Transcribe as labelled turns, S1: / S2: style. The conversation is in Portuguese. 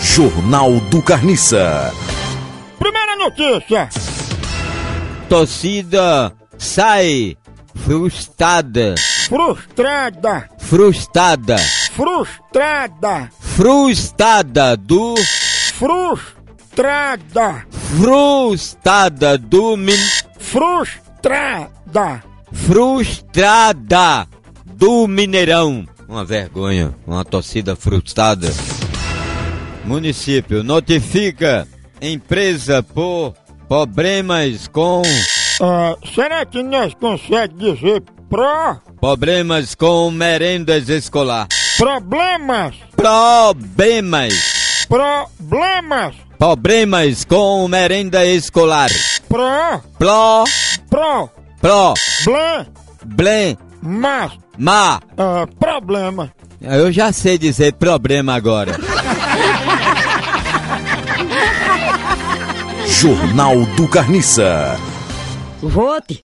S1: Jornal do Carniça.
S2: Primeira notícia.
S3: Torcida sai frustrada,
S2: Frustrada.
S3: frustrada,
S2: Frustrada.
S3: frustrada do
S2: Frustrada.
S3: frustrada do min,
S2: Frustrada.
S3: frustrada do Mineirão. Uma vergonha, uma torcida frustrada. Município notifica empresa por problemas com
S2: Ah, será que nós conseguimos dizer pró?
S3: problemas com merendas escolar.
S2: Problemas.
S3: Problemas,
S2: Problemas.
S3: problemas com merenda escolar.
S2: Pró.
S3: Pro,
S2: Problemas.
S3: pro, blem, ma.
S2: Ah, problemas.
S3: Eu já sei dizer problema agora.
S1: Jornal do Carniça.
S4: Vote